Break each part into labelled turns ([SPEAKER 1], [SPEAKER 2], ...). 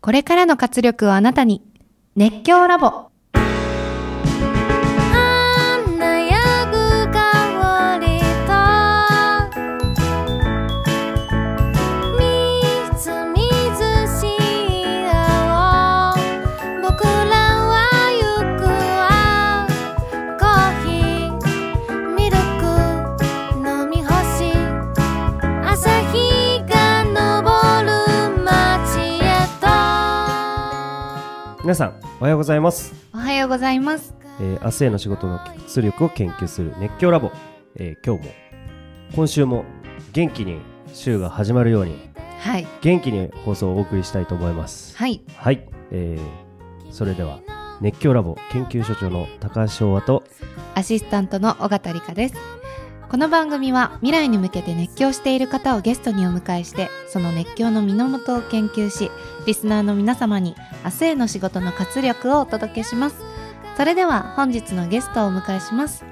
[SPEAKER 1] これからの活力をあなたに。熱狂ラボ。
[SPEAKER 2] 華やぐ香りとみずみずしい青僕らは行くわコーヒーミルク飲み干し朝日が昇る街へと
[SPEAKER 3] 皆さんおはようございます、
[SPEAKER 1] おはようございます。
[SPEAKER 3] えー、明日への仕事の出力を研究する熱狂ラボ、えー、今日も今週も元気に週が始まるように
[SPEAKER 1] はい。
[SPEAKER 3] 元気に放送をお送りしたいと思います
[SPEAKER 1] はい。
[SPEAKER 3] はい、えー、それでは熱狂ラボ研究所長の高橋昭和と
[SPEAKER 1] アシスタントの尾形理香です。この番組は未来に向けて熱狂している方をゲストにお迎えして、その熱狂の源を研究し、リスナーの皆様に明日への仕事の活力をお届けします。それでは本日のゲストをお迎えします。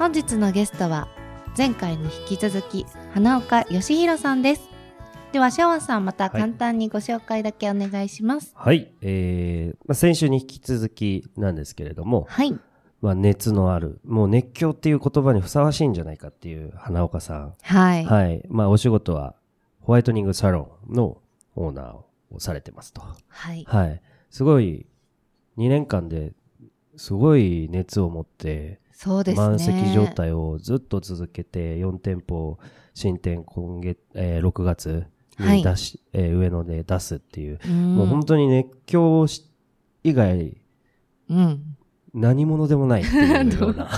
[SPEAKER 1] 本日のゲストは、前回に引き続き、花岡義弘さんです。では、シャワーさん、また簡単にご紹介だけお願いします。
[SPEAKER 3] はい、えーまあ、先週に引き続きなんですけれども、
[SPEAKER 1] はい。
[SPEAKER 3] まあ、熱のあるもう熱狂っていう言葉にふさわしいんじゃないかっていう花岡さん
[SPEAKER 1] はい。
[SPEAKER 3] はい。まあ、お仕事は、ホワイトニングサロンのオーナーをされてますと。
[SPEAKER 1] はい。
[SPEAKER 3] はい。すごい、2年間で、すごい熱を持って、
[SPEAKER 1] そうですね。
[SPEAKER 3] 満席状態をずっと続けて、4店舗、新店今月、えー6月に出し、えー上野で出すっていう、
[SPEAKER 1] うん。
[SPEAKER 3] もう本当に熱狂し以外、
[SPEAKER 1] うん。
[SPEAKER 3] 何者でもないっ ていうような。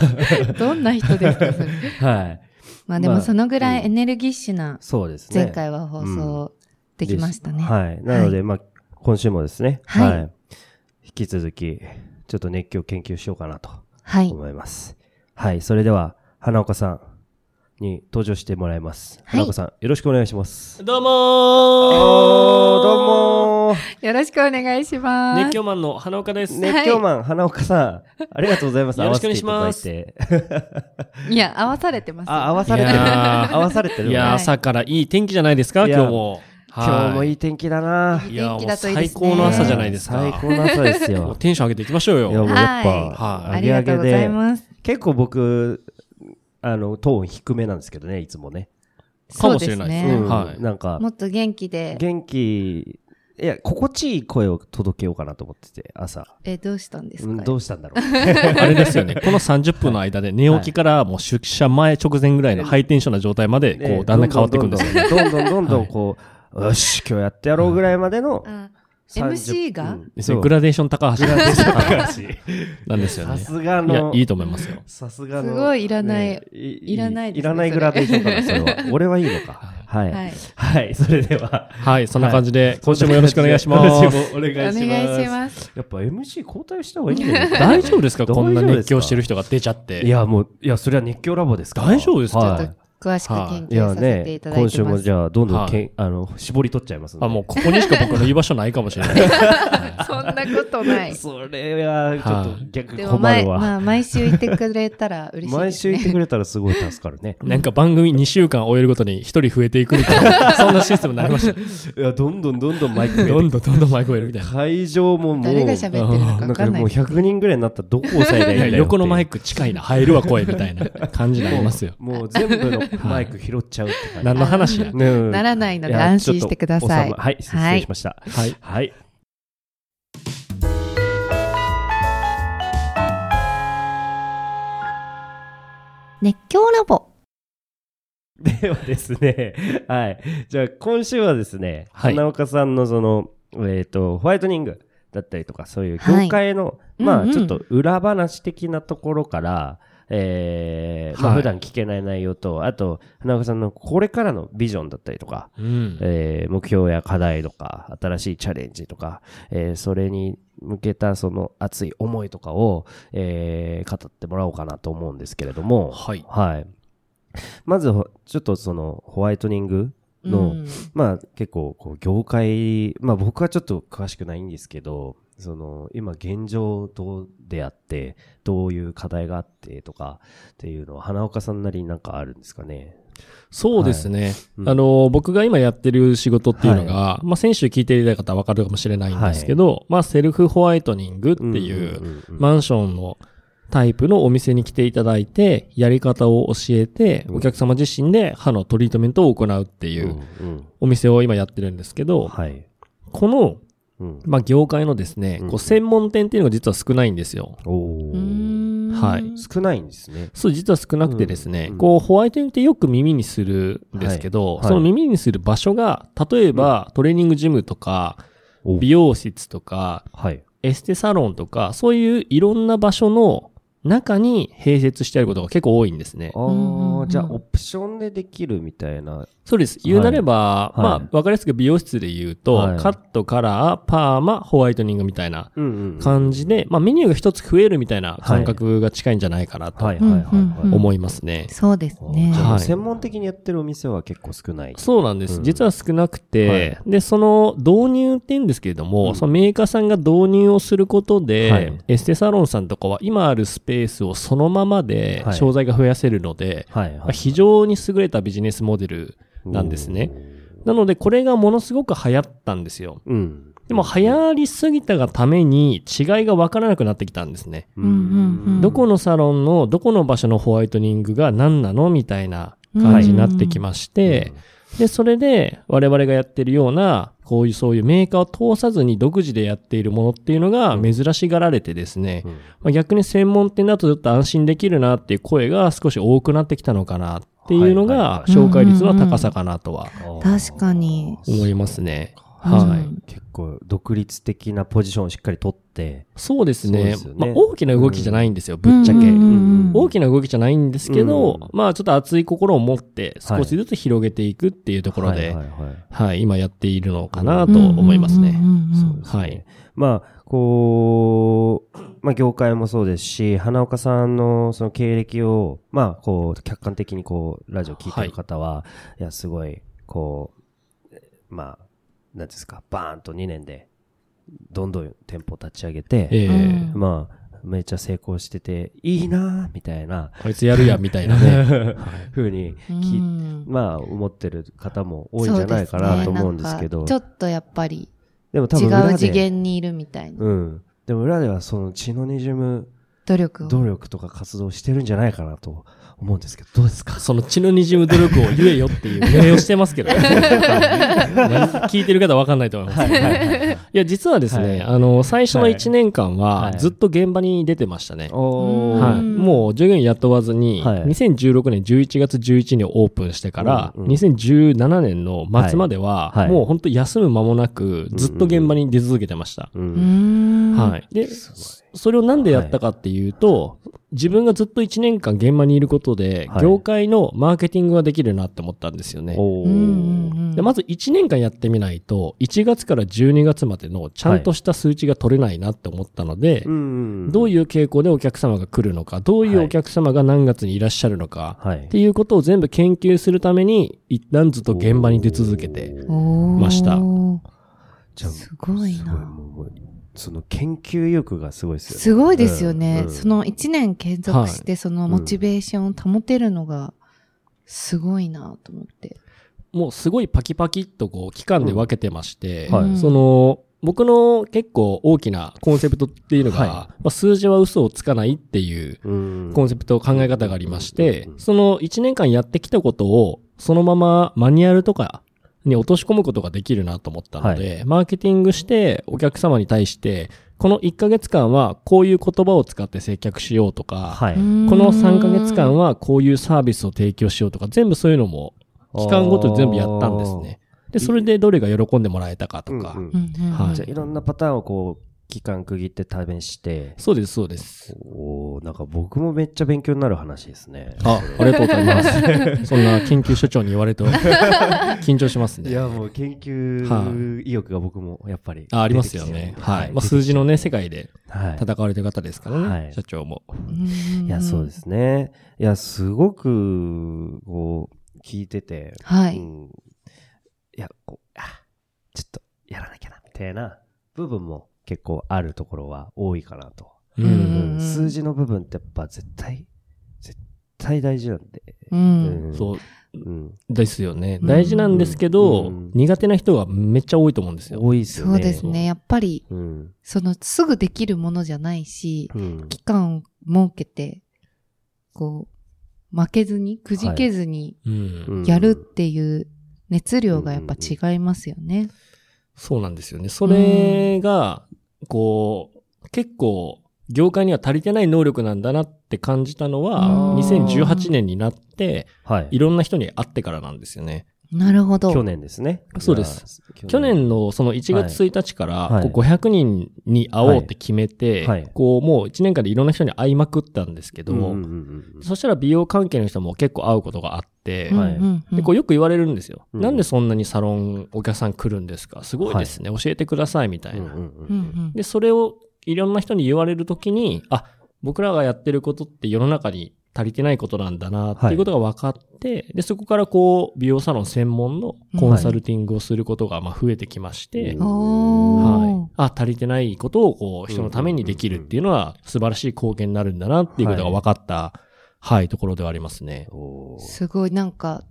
[SPEAKER 1] どんな人ですか、それ。
[SPEAKER 3] はい。
[SPEAKER 1] まあでもそのぐら
[SPEAKER 3] う
[SPEAKER 1] い
[SPEAKER 3] ん
[SPEAKER 1] エネルギッシュな、
[SPEAKER 3] そうですね。
[SPEAKER 1] 前回は放送できましたね。
[SPEAKER 3] ですはい。なので、まあ、今週もですね、
[SPEAKER 1] はい
[SPEAKER 3] 引き続き、ちょっと熱狂研究しようかなと
[SPEAKER 1] はい。
[SPEAKER 3] 思います。はい。それでは、花岡さんに登場してもらいます。花岡さん、よろしくお願いします。
[SPEAKER 4] どうも
[SPEAKER 3] おーどう
[SPEAKER 4] ー
[SPEAKER 3] もー
[SPEAKER 1] よろしくお願いします。
[SPEAKER 4] 熱狂マンの花岡です。
[SPEAKER 1] ね
[SPEAKER 3] 熱狂マン、花岡さん、ありがとうございます。
[SPEAKER 4] よろしくお願いしま
[SPEAKER 3] 合
[SPEAKER 4] す
[SPEAKER 3] わせていただいて。
[SPEAKER 1] いや、合わされてます。
[SPEAKER 3] あ、合わされて
[SPEAKER 4] い
[SPEAKER 3] る。
[SPEAKER 4] やー
[SPEAKER 3] 合わされてる。
[SPEAKER 4] いやー、
[SPEAKER 1] はい
[SPEAKER 4] 朝からいい天気じゃないですか、
[SPEAKER 3] いや
[SPEAKER 4] 今日も。
[SPEAKER 3] 今日もい
[SPEAKER 4] い。
[SPEAKER 3] い天気だな。
[SPEAKER 4] いや
[SPEAKER 1] 天気
[SPEAKER 4] ー、も
[SPEAKER 1] だ
[SPEAKER 4] う
[SPEAKER 1] といいで
[SPEAKER 4] 最
[SPEAKER 1] すね
[SPEAKER 4] 高の朝じゃないですか。
[SPEAKER 3] 最高の朝です
[SPEAKER 4] もう
[SPEAKER 3] よ。
[SPEAKER 4] テンション上げていきましょう
[SPEAKER 3] いや、もうや
[SPEAKER 4] よ。
[SPEAKER 3] っ
[SPEAKER 4] は
[SPEAKER 3] ぱ、
[SPEAKER 1] あ
[SPEAKER 3] 上
[SPEAKER 4] い
[SPEAKER 1] り
[SPEAKER 3] げ上
[SPEAKER 1] がと
[SPEAKER 3] げ
[SPEAKER 1] うござい
[SPEAKER 3] で、
[SPEAKER 1] ます。
[SPEAKER 3] 結構僕あのトーン低めなんですけどねいつもね、
[SPEAKER 4] かもしれないで
[SPEAKER 1] そ
[SPEAKER 4] す
[SPEAKER 1] うで
[SPEAKER 4] ね
[SPEAKER 3] うん
[SPEAKER 4] はい
[SPEAKER 3] なんか
[SPEAKER 1] もっと元気で、
[SPEAKER 3] 元気いや心地いい声を届けようかなと思ってて朝
[SPEAKER 1] え、どうしたんです
[SPEAKER 3] うん
[SPEAKER 1] か
[SPEAKER 3] どうしたんだろう
[SPEAKER 4] あれですよね。この30分の間で寝起きからもう出社前直前ぐらいのハイテンションな状態まで、
[SPEAKER 3] ね
[SPEAKER 4] こう、だんだん変わっていくんですよ。
[SPEAKER 3] どどんどんどんどんどんこう、よし今日やってやろうぐらいまでの
[SPEAKER 1] あ
[SPEAKER 3] 30
[SPEAKER 1] MC が
[SPEAKER 3] うん
[SPEAKER 4] です
[SPEAKER 3] そ
[SPEAKER 4] ね
[SPEAKER 3] う
[SPEAKER 4] グラデーション高橋なんですよ
[SPEAKER 3] さ
[SPEAKER 4] ね。
[SPEAKER 3] すが
[SPEAKER 4] いや
[SPEAKER 3] の、
[SPEAKER 4] いいと思いますよ。
[SPEAKER 3] さすがの
[SPEAKER 1] すごいいらない
[SPEAKER 3] ねい
[SPEAKER 1] いらないですね
[SPEAKER 3] いらないグラデーションかなそれは俺はいいのかはいは
[SPEAKER 1] はいい、
[SPEAKER 3] それでは
[SPEAKER 4] はい、そんな感じで、今週もよろしくお願いします。
[SPEAKER 3] 今週もお願いし
[SPEAKER 1] お願
[SPEAKER 3] ま
[SPEAKER 1] い
[SPEAKER 3] す
[SPEAKER 1] します。
[SPEAKER 3] やっぱ MC 交代した方がいいんじゃないかな
[SPEAKER 4] 大丈夫ですか
[SPEAKER 3] 大丈
[SPEAKER 4] こ
[SPEAKER 3] 夫で
[SPEAKER 4] ん
[SPEAKER 3] すか
[SPEAKER 4] な熱狂してる人が出ちゃって。
[SPEAKER 3] いや、もう、いや、それは熱狂ラボですから。
[SPEAKER 4] 大丈夫ですか
[SPEAKER 1] ちょっ
[SPEAKER 3] は
[SPEAKER 1] と詳しく研
[SPEAKER 3] い。い
[SPEAKER 1] 究
[SPEAKER 3] や
[SPEAKER 1] させて
[SPEAKER 3] ね
[SPEAKER 1] いた、だいてます。
[SPEAKER 3] 今週もじゃあ、どんどんけん、
[SPEAKER 4] は
[SPEAKER 3] あの、絞り取っちゃいますんで
[SPEAKER 4] あ、もうここにしか僕の居場所ないかもしれない。。
[SPEAKER 1] そんなことない。
[SPEAKER 3] それは、ちょっと逆
[SPEAKER 1] で
[SPEAKER 3] に
[SPEAKER 1] も、
[SPEAKER 3] 困
[SPEAKER 1] 前
[SPEAKER 3] るわ。
[SPEAKER 1] まあ、毎週いてくれたら嬉しい
[SPEAKER 3] 毎
[SPEAKER 1] です
[SPEAKER 3] 週
[SPEAKER 1] ね。
[SPEAKER 3] 言ってくれたらすごい助か るね
[SPEAKER 4] なんか番組2週間終えるごとに1人増えていくみた いな、そんなシステムになりました。
[SPEAKER 3] いや、どんどんどんどんマイク 増えて
[SPEAKER 4] どんどんどんどんマイクを入れるみたいな。
[SPEAKER 3] 会場ももう、
[SPEAKER 1] 誰が喋ってるのか
[SPEAKER 3] な
[SPEAKER 1] 分
[SPEAKER 3] ん
[SPEAKER 1] か
[SPEAKER 3] か
[SPEAKER 1] んな
[SPEAKER 3] も。
[SPEAKER 1] いう
[SPEAKER 3] 100人ぐらいになったらどこ押さえりゃいいん
[SPEAKER 4] い
[SPEAKER 3] だ
[SPEAKER 4] や
[SPEAKER 3] よ。
[SPEAKER 4] 横のマイ
[SPEAKER 3] ク。
[SPEAKER 4] ク近いな、入るわ声みたいな感じになりますよ。
[SPEAKER 3] もう全部のマイク拾っちゃうって感 じ。
[SPEAKER 4] 何の話
[SPEAKER 3] ね
[SPEAKER 4] や。
[SPEAKER 3] うん
[SPEAKER 1] ならないので
[SPEAKER 3] いや
[SPEAKER 1] 安心してくださ
[SPEAKER 3] ちょっと収
[SPEAKER 1] い。
[SPEAKER 3] まはい、失礼しました。
[SPEAKER 4] はい。
[SPEAKER 3] はい。
[SPEAKER 1] 熱狂ラボ。
[SPEAKER 3] ではですね、 はい。じゃあ今週はですね、
[SPEAKER 4] はい
[SPEAKER 3] 花岡さんのその、えっ、と、ホワイトニングだったりとか、そういう
[SPEAKER 1] はい
[SPEAKER 3] 業界の、
[SPEAKER 1] うん
[SPEAKER 3] ま
[SPEAKER 1] うん
[SPEAKER 3] あちょっと裏話的なところから、えーまあ
[SPEAKER 4] はい
[SPEAKER 3] 普段聞けない内容と、あと、花岡さんのこれからのビジョンだったりとか、
[SPEAKER 4] うん。
[SPEAKER 3] えー目標や課題とか、新しいチャレンジとか、えーそれに向けたその熱い思いとかを、えー語ってもらおうかなと思うんですけれども、
[SPEAKER 4] はい。
[SPEAKER 3] はい。まずほ、ちょっとその、ホワイトニングの、
[SPEAKER 1] うん
[SPEAKER 3] まあ結構、こう、業界、まあ僕はちょっと詳しくないんですけど、その、今現状どうであって、どういう課題があってとかっていうのは、花岡さんなりになんかあるんですかね。
[SPEAKER 4] そうですね。
[SPEAKER 3] うん
[SPEAKER 4] あの、僕が今やってる仕事っていうのが、まあ、先週聞いていた方わかるかもしれないんですけど、まあ、セルフホワイトニングっていう、
[SPEAKER 3] んんうん
[SPEAKER 4] マンションのタイプのお店に来ていただいて、やり方を教えて、お客様自身で歯のトリートメントを行うっていううんお店を今やってるんですけ
[SPEAKER 3] うん
[SPEAKER 4] ど、
[SPEAKER 3] はい。
[SPEAKER 4] この、
[SPEAKER 3] うん
[SPEAKER 4] まあ、業界のですね
[SPEAKER 3] う、ん
[SPEAKER 4] こう専門店っていうのが実は少ないんですよ。
[SPEAKER 3] お
[SPEAKER 1] う
[SPEAKER 3] ー
[SPEAKER 1] ーん
[SPEAKER 4] はい
[SPEAKER 3] 少ないんですね。
[SPEAKER 4] そう、実は少なくてですね、
[SPEAKER 3] うん
[SPEAKER 4] こう、ホワイトニングってよく耳にするんですけど、
[SPEAKER 3] はいはい
[SPEAKER 4] その耳にする場所が、例えば、トレーニングジムとか、
[SPEAKER 3] お
[SPEAKER 4] 美容室とか、
[SPEAKER 3] はい。
[SPEAKER 4] エステサロンとか、そういういろんな場所の中に併設してあることが結構多いんですね
[SPEAKER 3] あ。
[SPEAKER 1] うんうんう
[SPEAKER 3] ー
[SPEAKER 1] ん
[SPEAKER 3] じゃあオプションでできるみたいな。
[SPEAKER 4] そうです。言うなれば、
[SPEAKER 3] はい
[SPEAKER 4] まあ
[SPEAKER 3] はい、
[SPEAKER 4] わかりやすく美容室で言うと、
[SPEAKER 3] はい
[SPEAKER 4] カット、カラー、パーマ、ホワイトニングみたいな
[SPEAKER 3] うんうん
[SPEAKER 4] 感じで、まあ、メニューが一つ増えるみたいな感覚が近いんじゃないかなと
[SPEAKER 3] はいはいはいはい。
[SPEAKER 1] うん
[SPEAKER 4] 思いますね。
[SPEAKER 1] そうですね
[SPEAKER 3] じゃあ
[SPEAKER 4] はい
[SPEAKER 3] 専門的にやってるお店は結構少ない。
[SPEAKER 4] そうなんです。
[SPEAKER 3] うん
[SPEAKER 4] 実は少なくて、で、その導入って言うんですけれども、
[SPEAKER 3] うん
[SPEAKER 4] そのメーカーさんが導入をすることで、
[SPEAKER 3] はい
[SPEAKER 4] エステサロンさんとかは今あるスペースをそのままで
[SPEAKER 3] はい
[SPEAKER 4] 商材が増やせるので、
[SPEAKER 3] はい
[SPEAKER 4] まあ非常に優れたビジネスモデルなんですね。なので、これがものすごく流行ったんですよ。
[SPEAKER 3] うん。
[SPEAKER 4] でも、流行りすぎたがために違いが分からなくなってきたんですね。
[SPEAKER 3] うん
[SPEAKER 1] うんうん
[SPEAKER 4] どこのサロンの、どこの場所のホワイトニングが何なのみたいな感じになってきまして、で、それで我々がやってるような、こういうそういうメーカーを通さずに独自でやっているものっていうのが珍しがられてですね、
[SPEAKER 3] うん
[SPEAKER 4] まあ逆に専門店だとちょっと安心できるなっていう声が少し多くなってきたのかなっていうのが
[SPEAKER 3] はい
[SPEAKER 1] はいはい
[SPEAKER 4] 紹介率の高さかなとは
[SPEAKER 1] 確かに
[SPEAKER 4] 思いますね。
[SPEAKER 1] うん
[SPEAKER 4] は
[SPEAKER 1] う
[SPEAKER 4] い。
[SPEAKER 1] ん
[SPEAKER 3] 結構独立的なポジションをしっかり取って。
[SPEAKER 4] そうです
[SPEAKER 3] そうで
[SPEAKER 4] ね
[SPEAKER 3] すよ。ね
[SPEAKER 4] まあ大きな動きじゃないんですよ、ぶっちゃ
[SPEAKER 1] うんう
[SPEAKER 4] け
[SPEAKER 1] ん。うんうん
[SPEAKER 4] 大きな動きじゃないんですけど、
[SPEAKER 3] うん
[SPEAKER 4] まあちょっと熱い心を持って少しずつ広げていくっていうところで、
[SPEAKER 3] はいはいはい
[SPEAKER 4] はい、今やっているのかなと思いますね。
[SPEAKER 1] うんうんうんうん
[SPEAKER 3] そうですね
[SPEAKER 4] はい
[SPEAKER 3] まあ、こう、まあ、業界もそうですし、花岡さんのその経歴を、まあ、こう、客観的にこう、ラジオ聞いてる方は、い、や、すごい、こう、まあ、なんですか、バーンと2年で、どんどん店舗立ち上げて、
[SPEAKER 4] ええ
[SPEAKER 1] うん
[SPEAKER 3] まあ、めっちゃ成功してて、いいなぁみたい な、
[SPEAKER 4] こいつやるや、みたいな ね。
[SPEAKER 3] ふうに、き
[SPEAKER 1] うん
[SPEAKER 3] まあ、思ってる方も多いんじゃないかなと思うんですけど、
[SPEAKER 1] そうですねなんかちょっとやっぱり
[SPEAKER 3] でも多
[SPEAKER 1] 違
[SPEAKER 3] 分裏で
[SPEAKER 1] う次元にいるみたいな
[SPEAKER 3] うん。でも裏ではその血の滲む
[SPEAKER 1] 努力を
[SPEAKER 3] 努力とか活動してるんじゃないかなと思うんですけど、どうですか
[SPEAKER 4] その血の滲む努力を言えよっていう命をしてますけどね、 何聞いてる方わかんないと思います。いや、実はですね、
[SPEAKER 3] はい
[SPEAKER 4] あの、最初の1年間は、
[SPEAKER 3] はい
[SPEAKER 4] ずっと現場に出てましたね。
[SPEAKER 1] おー
[SPEAKER 4] はい、
[SPEAKER 1] うん
[SPEAKER 4] もう従業員雇わずに、
[SPEAKER 3] はい
[SPEAKER 4] 2016年11月11日にオープンしてから、
[SPEAKER 3] うんうん
[SPEAKER 4] 2017年の末まで
[SPEAKER 3] は
[SPEAKER 4] は、
[SPEAKER 3] いはい
[SPEAKER 4] もう本当休む間もなく、ずっと現場に出続けてました。
[SPEAKER 3] う。
[SPEAKER 1] うんん
[SPEAKER 4] はい。で、そそれをなんでやったかっていうと、自分がずっと1年間現場にいることで、
[SPEAKER 3] はい
[SPEAKER 4] 業界のマーケティングができるなって思ったんですよね。
[SPEAKER 3] お
[SPEAKER 1] うんうん
[SPEAKER 3] ー
[SPEAKER 1] うん
[SPEAKER 4] でまず1年間やってみないと、1月から12月までのちゃんとした数値が取れないなって思ったので、
[SPEAKER 3] うん
[SPEAKER 4] どう
[SPEAKER 3] い
[SPEAKER 4] いう傾向でお客様が来るのか、どういう
[SPEAKER 3] はい
[SPEAKER 4] お客様が何月にいらっしゃるのか、
[SPEAKER 3] は
[SPEAKER 4] っ
[SPEAKER 3] い
[SPEAKER 4] て。いうことを全部研究するために、一旦ずっと現場に出続けて、
[SPEAKER 1] おー
[SPEAKER 4] ました
[SPEAKER 3] じゃあ
[SPEAKER 1] すごい
[SPEAKER 3] すご
[SPEAKER 1] な
[SPEAKER 3] いもうもうその研究欲がすごいですよね。
[SPEAKER 1] すごいですよね、
[SPEAKER 3] うん
[SPEAKER 1] その1年継続してそのモチベーションを保てるのがすごいなと思って、
[SPEAKER 4] もうすごいパキパキっとこう、期間で分けてまして、
[SPEAKER 3] うんはい
[SPEAKER 1] うん
[SPEAKER 4] その、僕の結構大きなコンセプトっていうのが、
[SPEAKER 3] はい
[SPEAKER 4] まあ、数字は嘘をつかないっていう
[SPEAKER 3] うん
[SPEAKER 4] コンセプト、考え方がありまして
[SPEAKER 3] う、ん
[SPEAKER 4] その1年間やってきたことを、そのままマニュアルとかに落とし込むことができるなと思ったので、マーケティングしてお客様に対して、この1ヶ月間はこういう言葉を使って接客しようとか、
[SPEAKER 3] はい。
[SPEAKER 4] この3ヶ月間はこういうサービスを提供しようとか、全部そういうのも期間ごとに全部やったんですね。で、それでどれが喜んでもらえたかとか。
[SPEAKER 3] うんうん
[SPEAKER 1] うんうんうん
[SPEAKER 4] はい
[SPEAKER 3] じゃあいろんなパターンをこう、期間区切って試して、
[SPEAKER 4] そうです、そうです。
[SPEAKER 3] おーなんか僕もめっちゃ勉強になる話ですね。
[SPEAKER 4] あ、ありがとうございます。 そんな研究所長に言 われると緊張します
[SPEAKER 3] い
[SPEAKER 4] ね。
[SPEAKER 3] や、もう研究意欲が僕もやっぱり。
[SPEAKER 4] あありますよね。はい。まあ、数字のね、世界で
[SPEAKER 3] はい。
[SPEAKER 4] 戦われてる方ですからね、
[SPEAKER 3] はい
[SPEAKER 4] 社長も。
[SPEAKER 3] いや、そうですね。いや、すごく、こう、聞いてて、
[SPEAKER 1] は
[SPEAKER 3] う
[SPEAKER 1] い、
[SPEAKER 3] ん、いや、こう、あ、ちょっと、やらなきゃな、みたいな部分も結構あるところは多いかなと。
[SPEAKER 1] うん
[SPEAKER 3] 数字の部分ってやっぱ絶対、絶対大事なんで。
[SPEAKER 1] うん。
[SPEAKER 4] そう
[SPEAKER 3] うん。
[SPEAKER 4] ですよね。
[SPEAKER 1] うん
[SPEAKER 4] 大事なんですけど、
[SPEAKER 3] うん
[SPEAKER 4] 苦手な人がめっちゃ多いと思うんですよ。
[SPEAKER 3] 多いですよ
[SPEAKER 1] そう
[SPEAKER 3] ね。
[SPEAKER 1] ですね。やっぱり、
[SPEAKER 3] うん。
[SPEAKER 1] その、すぐできるものじゃないし、
[SPEAKER 3] うん。
[SPEAKER 1] 期間を設けて、こう、負けずに、くじけずに、
[SPEAKER 4] うん。
[SPEAKER 3] うん
[SPEAKER 1] やるっていう熱量がやっぱ違いますよね。
[SPEAKER 4] そうなんですよね。それが、こう、結構、業界には足りてない能力なんだなって感じたのは、
[SPEAKER 1] うん
[SPEAKER 4] 2018年になって、
[SPEAKER 3] はい
[SPEAKER 4] い。ろんな人に会ってからなんですよね。
[SPEAKER 1] なるほど。
[SPEAKER 3] 去年ですね。
[SPEAKER 4] そうです。去年のその1月1日から
[SPEAKER 3] はい
[SPEAKER 4] こう500人に会おうって決めて
[SPEAKER 3] はいはい、
[SPEAKER 4] こうもう1年間でいろんな人に会いまくったんですけど、
[SPEAKER 3] うんうんうん
[SPEAKER 4] そしたら美容関係の人も結構会うことがあって、
[SPEAKER 1] うん
[SPEAKER 3] はい
[SPEAKER 1] うんうん
[SPEAKER 4] でこうよく言われるんですよ、
[SPEAKER 3] うん
[SPEAKER 4] なんでそんなにサロンお客さん来るんですかすごいですね、教えてくださいみた
[SPEAKER 3] う
[SPEAKER 4] い
[SPEAKER 3] んう
[SPEAKER 4] な、
[SPEAKER 3] んう
[SPEAKER 1] う
[SPEAKER 3] んうん
[SPEAKER 1] うんん
[SPEAKER 4] でそれをいろんな人に言われるときにあ僕らがやってることって世の中に足りてないことなんだなっていうことが分かって、でそこからこう美容サロン専門のコンサルティングをすることがまあ増えてきまして、
[SPEAKER 3] うん
[SPEAKER 1] おー
[SPEAKER 4] はい、あ足りてないことをこう人のためにできるっていうのは素晴らしい貢献になるんだなっていうことが分かった、はいところではありますね。
[SPEAKER 3] おー
[SPEAKER 1] すごい、なんか、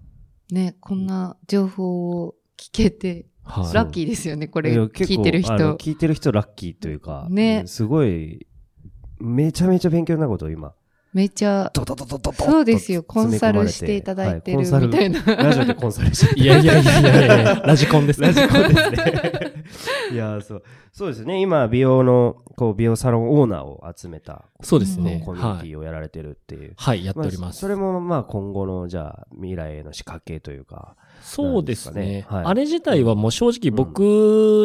[SPEAKER 1] ね、こんな情報を聞けて、
[SPEAKER 4] はい、
[SPEAKER 1] ラッキーですよね、これ、
[SPEAKER 3] いや
[SPEAKER 1] 聞
[SPEAKER 3] 結構
[SPEAKER 1] いてる
[SPEAKER 3] あの
[SPEAKER 1] 人。
[SPEAKER 3] 聞いてる人ラッキーというか、
[SPEAKER 1] ね
[SPEAKER 3] うんすごい、めちゃめちゃ勉強になることを今、
[SPEAKER 1] めちゃ、
[SPEAKER 3] ドドドドドドッと
[SPEAKER 1] そうですよ、コンサルし
[SPEAKER 3] 詰
[SPEAKER 1] て
[SPEAKER 3] め
[SPEAKER 1] いた
[SPEAKER 3] 込ま
[SPEAKER 1] だ
[SPEAKER 3] れ
[SPEAKER 1] いてるみ
[SPEAKER 3] は
[SPEAKER 1] たいな。
[SPEAKER 3] コンサルラジオでコンサルして
[SPEAKER 4] いやいやいやいやいや、ラジコンですね。ラジコンですね。
[SPEAKER 3] いやーそうそうですね今美容のこう美容サロンオーナーを集めた
[SPEAKER 4] そうです
[SPEAKER 3] こう
[SPEAKER 4] ね。
[SPEAKER 3] コミュニ
[SPEAKER 4] は
[SPEAKER 3] テ
[SPEAKER 4] い。
[SPEAKER 3] ィをやられてるっていう、
[SPEAKER 4] はい、やっております。
[SPEAKER 3] それもまあ今後のじゃあ未来への仕掛けというか
[SPEAKER 4] そうです
[SPEAKER 3] なんで
[SPEAKER 4] ね
[SPEAKER 3] す。かねはい
[SPEAKER 4] あれ自体はもう正直僕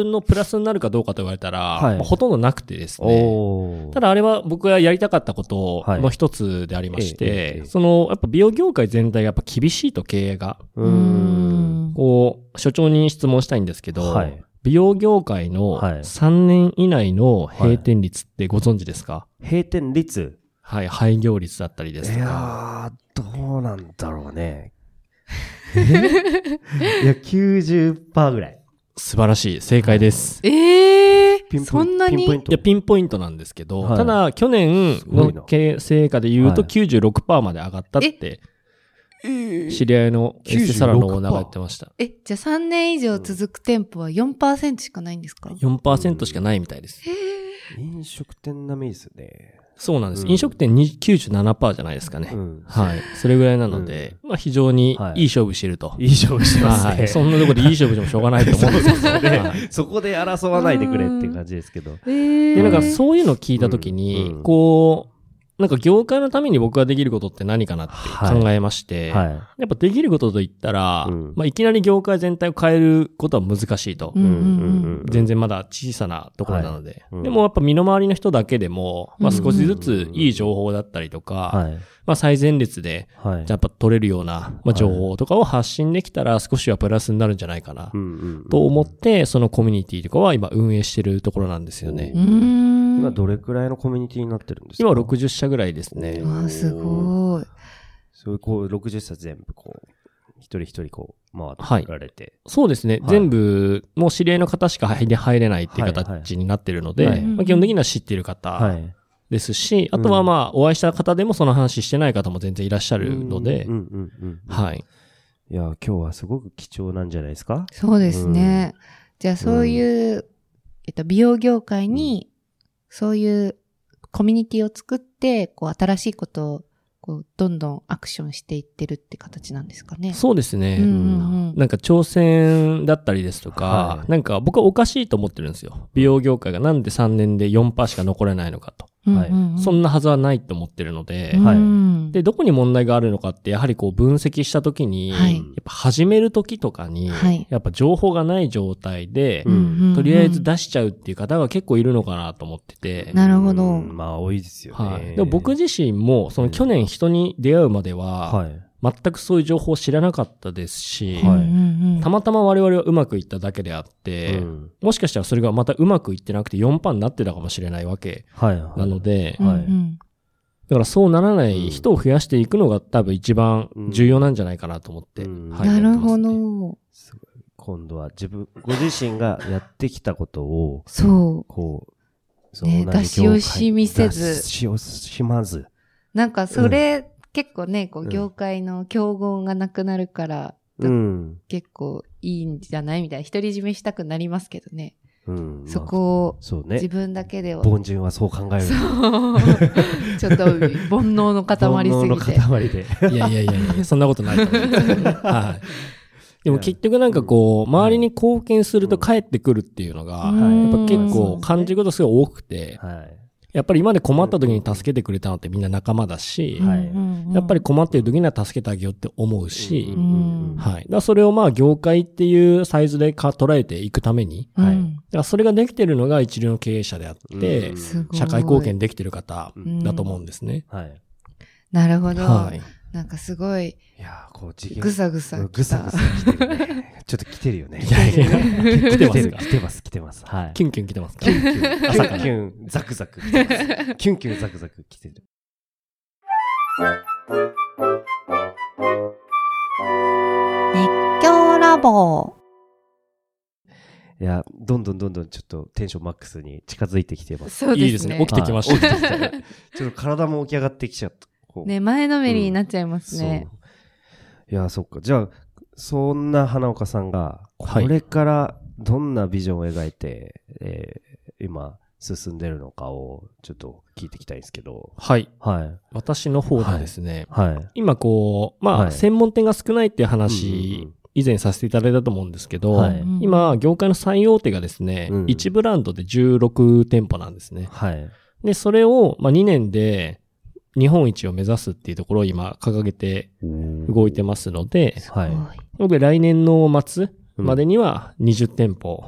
[SPEAKER 4] のプラスになるかどうかと言われたら、
[SPEAKER 3] はい
[SPEAKER 4] まあほとんどなくてですね。
[SPEAKER 3] ー
[SPEAKER 4] ただあれは僕がやりたかったこと
[SPEAKER 3] はい
[SPEAKER 4] の一つでありまし
[SPEAKER 3] えええ
[SPEAKER 4] て
[SPEAKER 3] え、
[SPEAKER 4] そのやっぱ美容業界全体がやっぱ厳しいと経営が、
[SPEAKER 3] う
[SPEAKER 1] う
[SPEAKER 3] ーん
[SPEAKER 1] ん
[SPEAKER 4] こう、所長に質問したいんですけど
[SPEAKER 3] はい、
[SPEAKER 4] 美容業界の
[SPEAKER 3] はい
[SPEAKER 4] 3年以内の閉店率ってご存知ですか
[SPEAKER 3] 閉店率
[SPEAKER 4] はい、廃業率だったりで
[SPEAKER 3] い
[SPEAKER 4] すとか。
[SPEAKER 3] やーどうなんだろう ねえい や90%ぐらい
[SPEAKER 4] 素晴らしい。正解です。
[SPEAKER 1] ええ
[SPEAKER 3] ピンポイント
[SPEAKER 1] そんな
[SPEAKER 3] ピンポイ
[SPEAKER 1] に
[SPEAKER 3] ン
[SPEAKER 4] い
[SPEAKER 3] ト
[SPEAKER 4] や、ピンポイントなんですけど、
[SPEAKER 3] はい
[SPEAKER 4] ただ、去年
[SPEAKER 3] すごいな
[SPEAKER 4] の経成果で言うと
[SPEAKER 3] はい
[SPEAKER 4] 96%まで上がったって、知り合いのエステサランのオーナーが言ってました。
[SPEAKER 1] え、じゃあ3年以上続く店舗は4%しかないんですか
[SPEAKER 4] 4%しかないみたいです。
[SPEAKER 3] 飲食店並みですよね
[SPEAKER 4] そうなんです。
[SPEAKER 3] うん
[SPEAKER 4] 飲食店に97%じゃないですかね。
[SPEAKER 3] うん
[SPEAKER 4] はい。それぐらいなので、まあ非常に
[SPEAKER 3] はい
[SPEAKER 4] いい勝負してると。
[SPEAKER 3] いい勝負してますね、
[SPEAKER 4] はい。そんなとこでいい勝負でもしょうがないと思うんで すけど。はい
[SPEAKER 3] そこで争わないでくれっていう感じですけど。
[SPEAKER 1] えー
[SPEAKER 4] で、なんかそういうのを聞いたときに、
[SPEAKER 3] うん
[SPEAKER 4] こう、なんか業界のために僕ができることって何かなって考えまして、
[SPEAKER 3] は
[SPEAKER 4] やっぱできることといったら、
[SPEAKER 3] うん
[SPEAKER 4] まあ、いきなり業界全体を変えることは難しいと。
[SPEAKER 1] う
[SPEAKER 3] い。
[SPEAKER 1] ん
[SPEAKER 4] 全然まだ小さなところなので。
[SPEAKER 3] はいうん
[SPEAKER 4] でもやっぱ身の回りの人だけでも、まあ、
[SPEAKER 1] うん
[SPEAKER 4] 少しずついい情報だったりとか、
[SPEAKER 3] はい。
[SPEAKER 4] まあ、最前列で、
[SPEAKER 3] はい。
[SPEAKER 4] やっぱ取れるような、まあ、情報とかを発信できたら少しはプラスになるんじゃないかな
[SPEAKER 3] う、んうん
[SPEAKER 4] と思って、そのコミュニティとかは今運営してるところなんですよね。
[SPEAKER 1] うーん。
[SPEAKER 3] 今どれくらいのコミュニティになってるんですか
[SPEAKER 4] 今60社ぐらいですね。
[SPEAKER 1] わあ、すごい。
[SPEAKER 3] そういうこう、60冊全部こう、一人一人こう、回
[SPEAKER 4] は
[SPEAKER 3] っ
[SPEAKER 4] い
[SPEAKER 3] てられて。
[SPEAKER 4] そうですね。
[SPEAKER 3] はい
[SPEAKER 4] 全部、もう知り合いの方しか入れ入れないっていう
[SPEAKER 3] はいは
[SPEAKER 4] 形
[SPEAKER 3] い
[SPEAKER 4] になってるの
[SPEAKER 3] はい
[SPEAKER 4] で、まあ基本的には知っている方
[SPEAKER 3] い。
[SPEAKER 4] ですし、あとはまあ、お会いした方でもその話してない方も全然いらっしゃ
[SPEAKER 3] あ
[SPEAKER 4] るので
[SPEAKER 3] うん、うんうん。
[SPEAKER 4] はい。
[SPEAKER 3] いや、今日はすごく貴重なんじゃないですか
[SPEAKER 1] そうですね。じゃあそういう、えっと、美容業界に、そういうコミュニティを作って、こう、新しいことを、こう、どんどんアクションしていってるって形なんですかね。
[SPEAKER 4] そうです
[SPEAKER 1] うんう
[SPEAKER 4] ね。
[SPEAKER 1] んうん。
[SPEAKER 4] なんか挑戦だったりですと
[SPEAKER 3] は
[SPEAKER 4] か、
[SPEAKER 3] い
[SPEAKER 4] なんか僕はおかしいと思ってるんですよ。美容業界がなんで3年で4%しか残れないのかと。
[SPEAKER 3] はい
[SPEAKER 1] うんうんうん
[SPEAKER 4] そんなはずはないと思ってるので、
[SPEAKER 3] はい
[SPEAKER 1] うん
[SPEAKER 4] で、どこに問題があるのかって、やはりこう分析したときに、
[SPEAKER 1] はい
[SPEAKER 4] やっぱ始めるときとかに、
[SPEAKER 1] はい
[SPEAKER 4] やっぱ情報がない状態で、
[SPEAKER 3] うん
[SPEAKER 4] とりあえず、出しちゃうっていう方が結構いるのかなと思ってて、
[SPEAKER 1] なるほど
[SPEAKER 3] うんまあ、多いですよ
[SPEAKER 4] はい。
[SPEAKER 3] ね。
[SPEAKER 4] でも僕自身も、その去年人に出会うまでは、
[SPEAKER 3] はい。
[SPEAKER 4] 全くそういう情報を知らなかったですし、
[SPEAKER 3] はい
[SPEAKER 4] たまたま我々はうまくいっただけであって、
[SPEAKER 3] うん
[SPEAKER 4] もしかしたらそれがまたうまくいってなくて4パーになってたかもしれないわけ
[SPEAKER 3] はいはい。
[SPEAKER 4] なので、
[SPEAKER 3] うんはい
[SPEAKER 4] だからそうならない人を増やしていくのが多分一番重要なんじゃないかなと思って。
[SPEAKER 3] うん
[SPEAKER 4] はい
[SPEAKER 1] なるほ。
[SPEAKER 4] やってますね
[SPEAKER 1] ど。
[SPEAKER 3] すごい今度は自分、ご自身がやってきたことを、
[SPEAKER 1] そう。
[SPEAKER 3] こう、そ
[SPEAKER 1] ね
[SPEAKER 3] 同じ業
[SPEAKER 1] 出
[SPEAKER 3] 界
[SPEAKER 1] し惜しみせず
[SPEAKER 3] 出し惜しまず。
[SPEAKER 1] なんかそれ、結構ね、こ
[SPEAKER 3] う
[SPEAKER 1] う、
[SPEAKER 3] ん
[SPEAKER 1] 業界の競合がなくなるから、
[SPEAKER 3] うん。
[SPEAKER 1] 結構いいんじゃないみたいな、独り占めしたくなりますけどね。
[SPEAKER 3] うん。
[SPEAKER 1] そこを
[SPEAKER 3] まあそう
[SPEAKER 1] 自
[SPEAKER 3] ね。
[SPEAKER 1] 分だけでは。
[SPEAKER 3] 凡人はそう考える。
[SPEAKER 1] そう。ちょっと、煩悩の塊
[SPEAKER 3] 煩悩の
[SPEAKER 1] すぎて。
[SPEAKER 3] 塊で。
[SPEAKER 4] いやいやいやいや、そんなことないと思うんですけど ね。はい。でも結局なんかこう、周りに貢献すると帰ってくるっていうのが、
[SPEAKER 1] うん
[SPEAKER 4] やっぱ結
[SPEAKER 1] う
[SPEAKER 4] 構
[SPEAKER 1] ん
[SPEAKER 4] 感じることすごい多くて、
[SPEAKER 3] はい。
[SPEAKER 4] やっぱり今まで困った時に助けてくれたのってみんな仲間だし、
[SPEAKER 3] はい
[SPEAKER 1] うんうん
[SPEAKER 4] やっぱり、困ってる時には助けてあげようって思うし
[SPEAKER 1] う、ん
[SPEAKER 4] はい。だからそれをまあ業界っていうサイズでか捉えていくために、
[SPEAKER 1] うん
[SPEAKER 3] はい
[SPEAKER 4] だからそれができてるのが一流の経営者であって
[SPEAKER 3] うん、
[SPEAKER 1] すごい
[SPEAKER 4] 社会貢献できてる方だと思うんですね。
[SPEAKER 3] はい。
[SPEAKER 1] なるほど。
[SPEAKER 4] はい。
[SPEAKER 1] なんかすごい、
[SPEAKER 3] いやー、こう、次元。
[SPEAKER 1] ぐさぐさ。
[SPEAKER 3] ぐさ ぐさ。来てる ね。ちょっと来てるよね。
[SPEAKER 4] いやいや、来てま
[SPEAKER 3] 来
[SPEAKER 4] す
[SPEAKER 3] る
[SPEAKER 4] か
[SPEAKER 3] 来てます、来てます。はい。
[SPEAKER 4] キュンキュン来てますか
[SPEAKER 3] キュンキュン、キュンキュン、ザクザク来てます。キュンキュン、ザクザク来てる。
[SPEAKER 1] 強ラボ。
[SPEAKER 3] いや、どんどんどんどんちょっとテンションマックスに近づいてきてます。
[SPEAKER 1] そうですね。
[SPEAKER 4] いいですね起きてきました
[SPEAKER 3] はい起きてき たちょっと体も起き上がってきちゃった。こう
[SPEAKER 1] ね、前のめりになっちゃいますね。
[SPEAKER 3] そういや、そっか。じゃあ、そんな花岡さんが、
[SPEAKER 4] はい
[SPEAKER 3] これからどんなビジョンを描いて、えー今、進んでるのかを、ちょっと聞いていきたいんですけど。
[SPEAKER 4] はい。
[SPEAKER 3] はい。
[SPEAKER 4] 私の方でですね、
[SPEAKER 3] はい。
[SPEAKER 4] 今こう、まあ、
[SPEAKER 3] はい
[SPEAKER 4] 専門店が少ないっていう
[SPEAKER 3] うんうんう
[SPEAKER 4] 話
[SPEAKER 3] ん、
[SPEAKER 4] 以前させていただいたと思うんですけど、
[SPEAKER 3] はい
[SPEAKER 4] 今、業界の最大手がですね、
[SPEAKER 3] うん
[SPEAKER 4] 1ブランドで16店舗なんですね。
[SPEAKER 3] はい。
[SPEAKER 4] で、それを、まあ、2年で日本一を目指すっていうところを今掲げて動いてますので、
[SPEAKER 3] はい。
[SPEAKER 4] 僕来年の末までには20店舗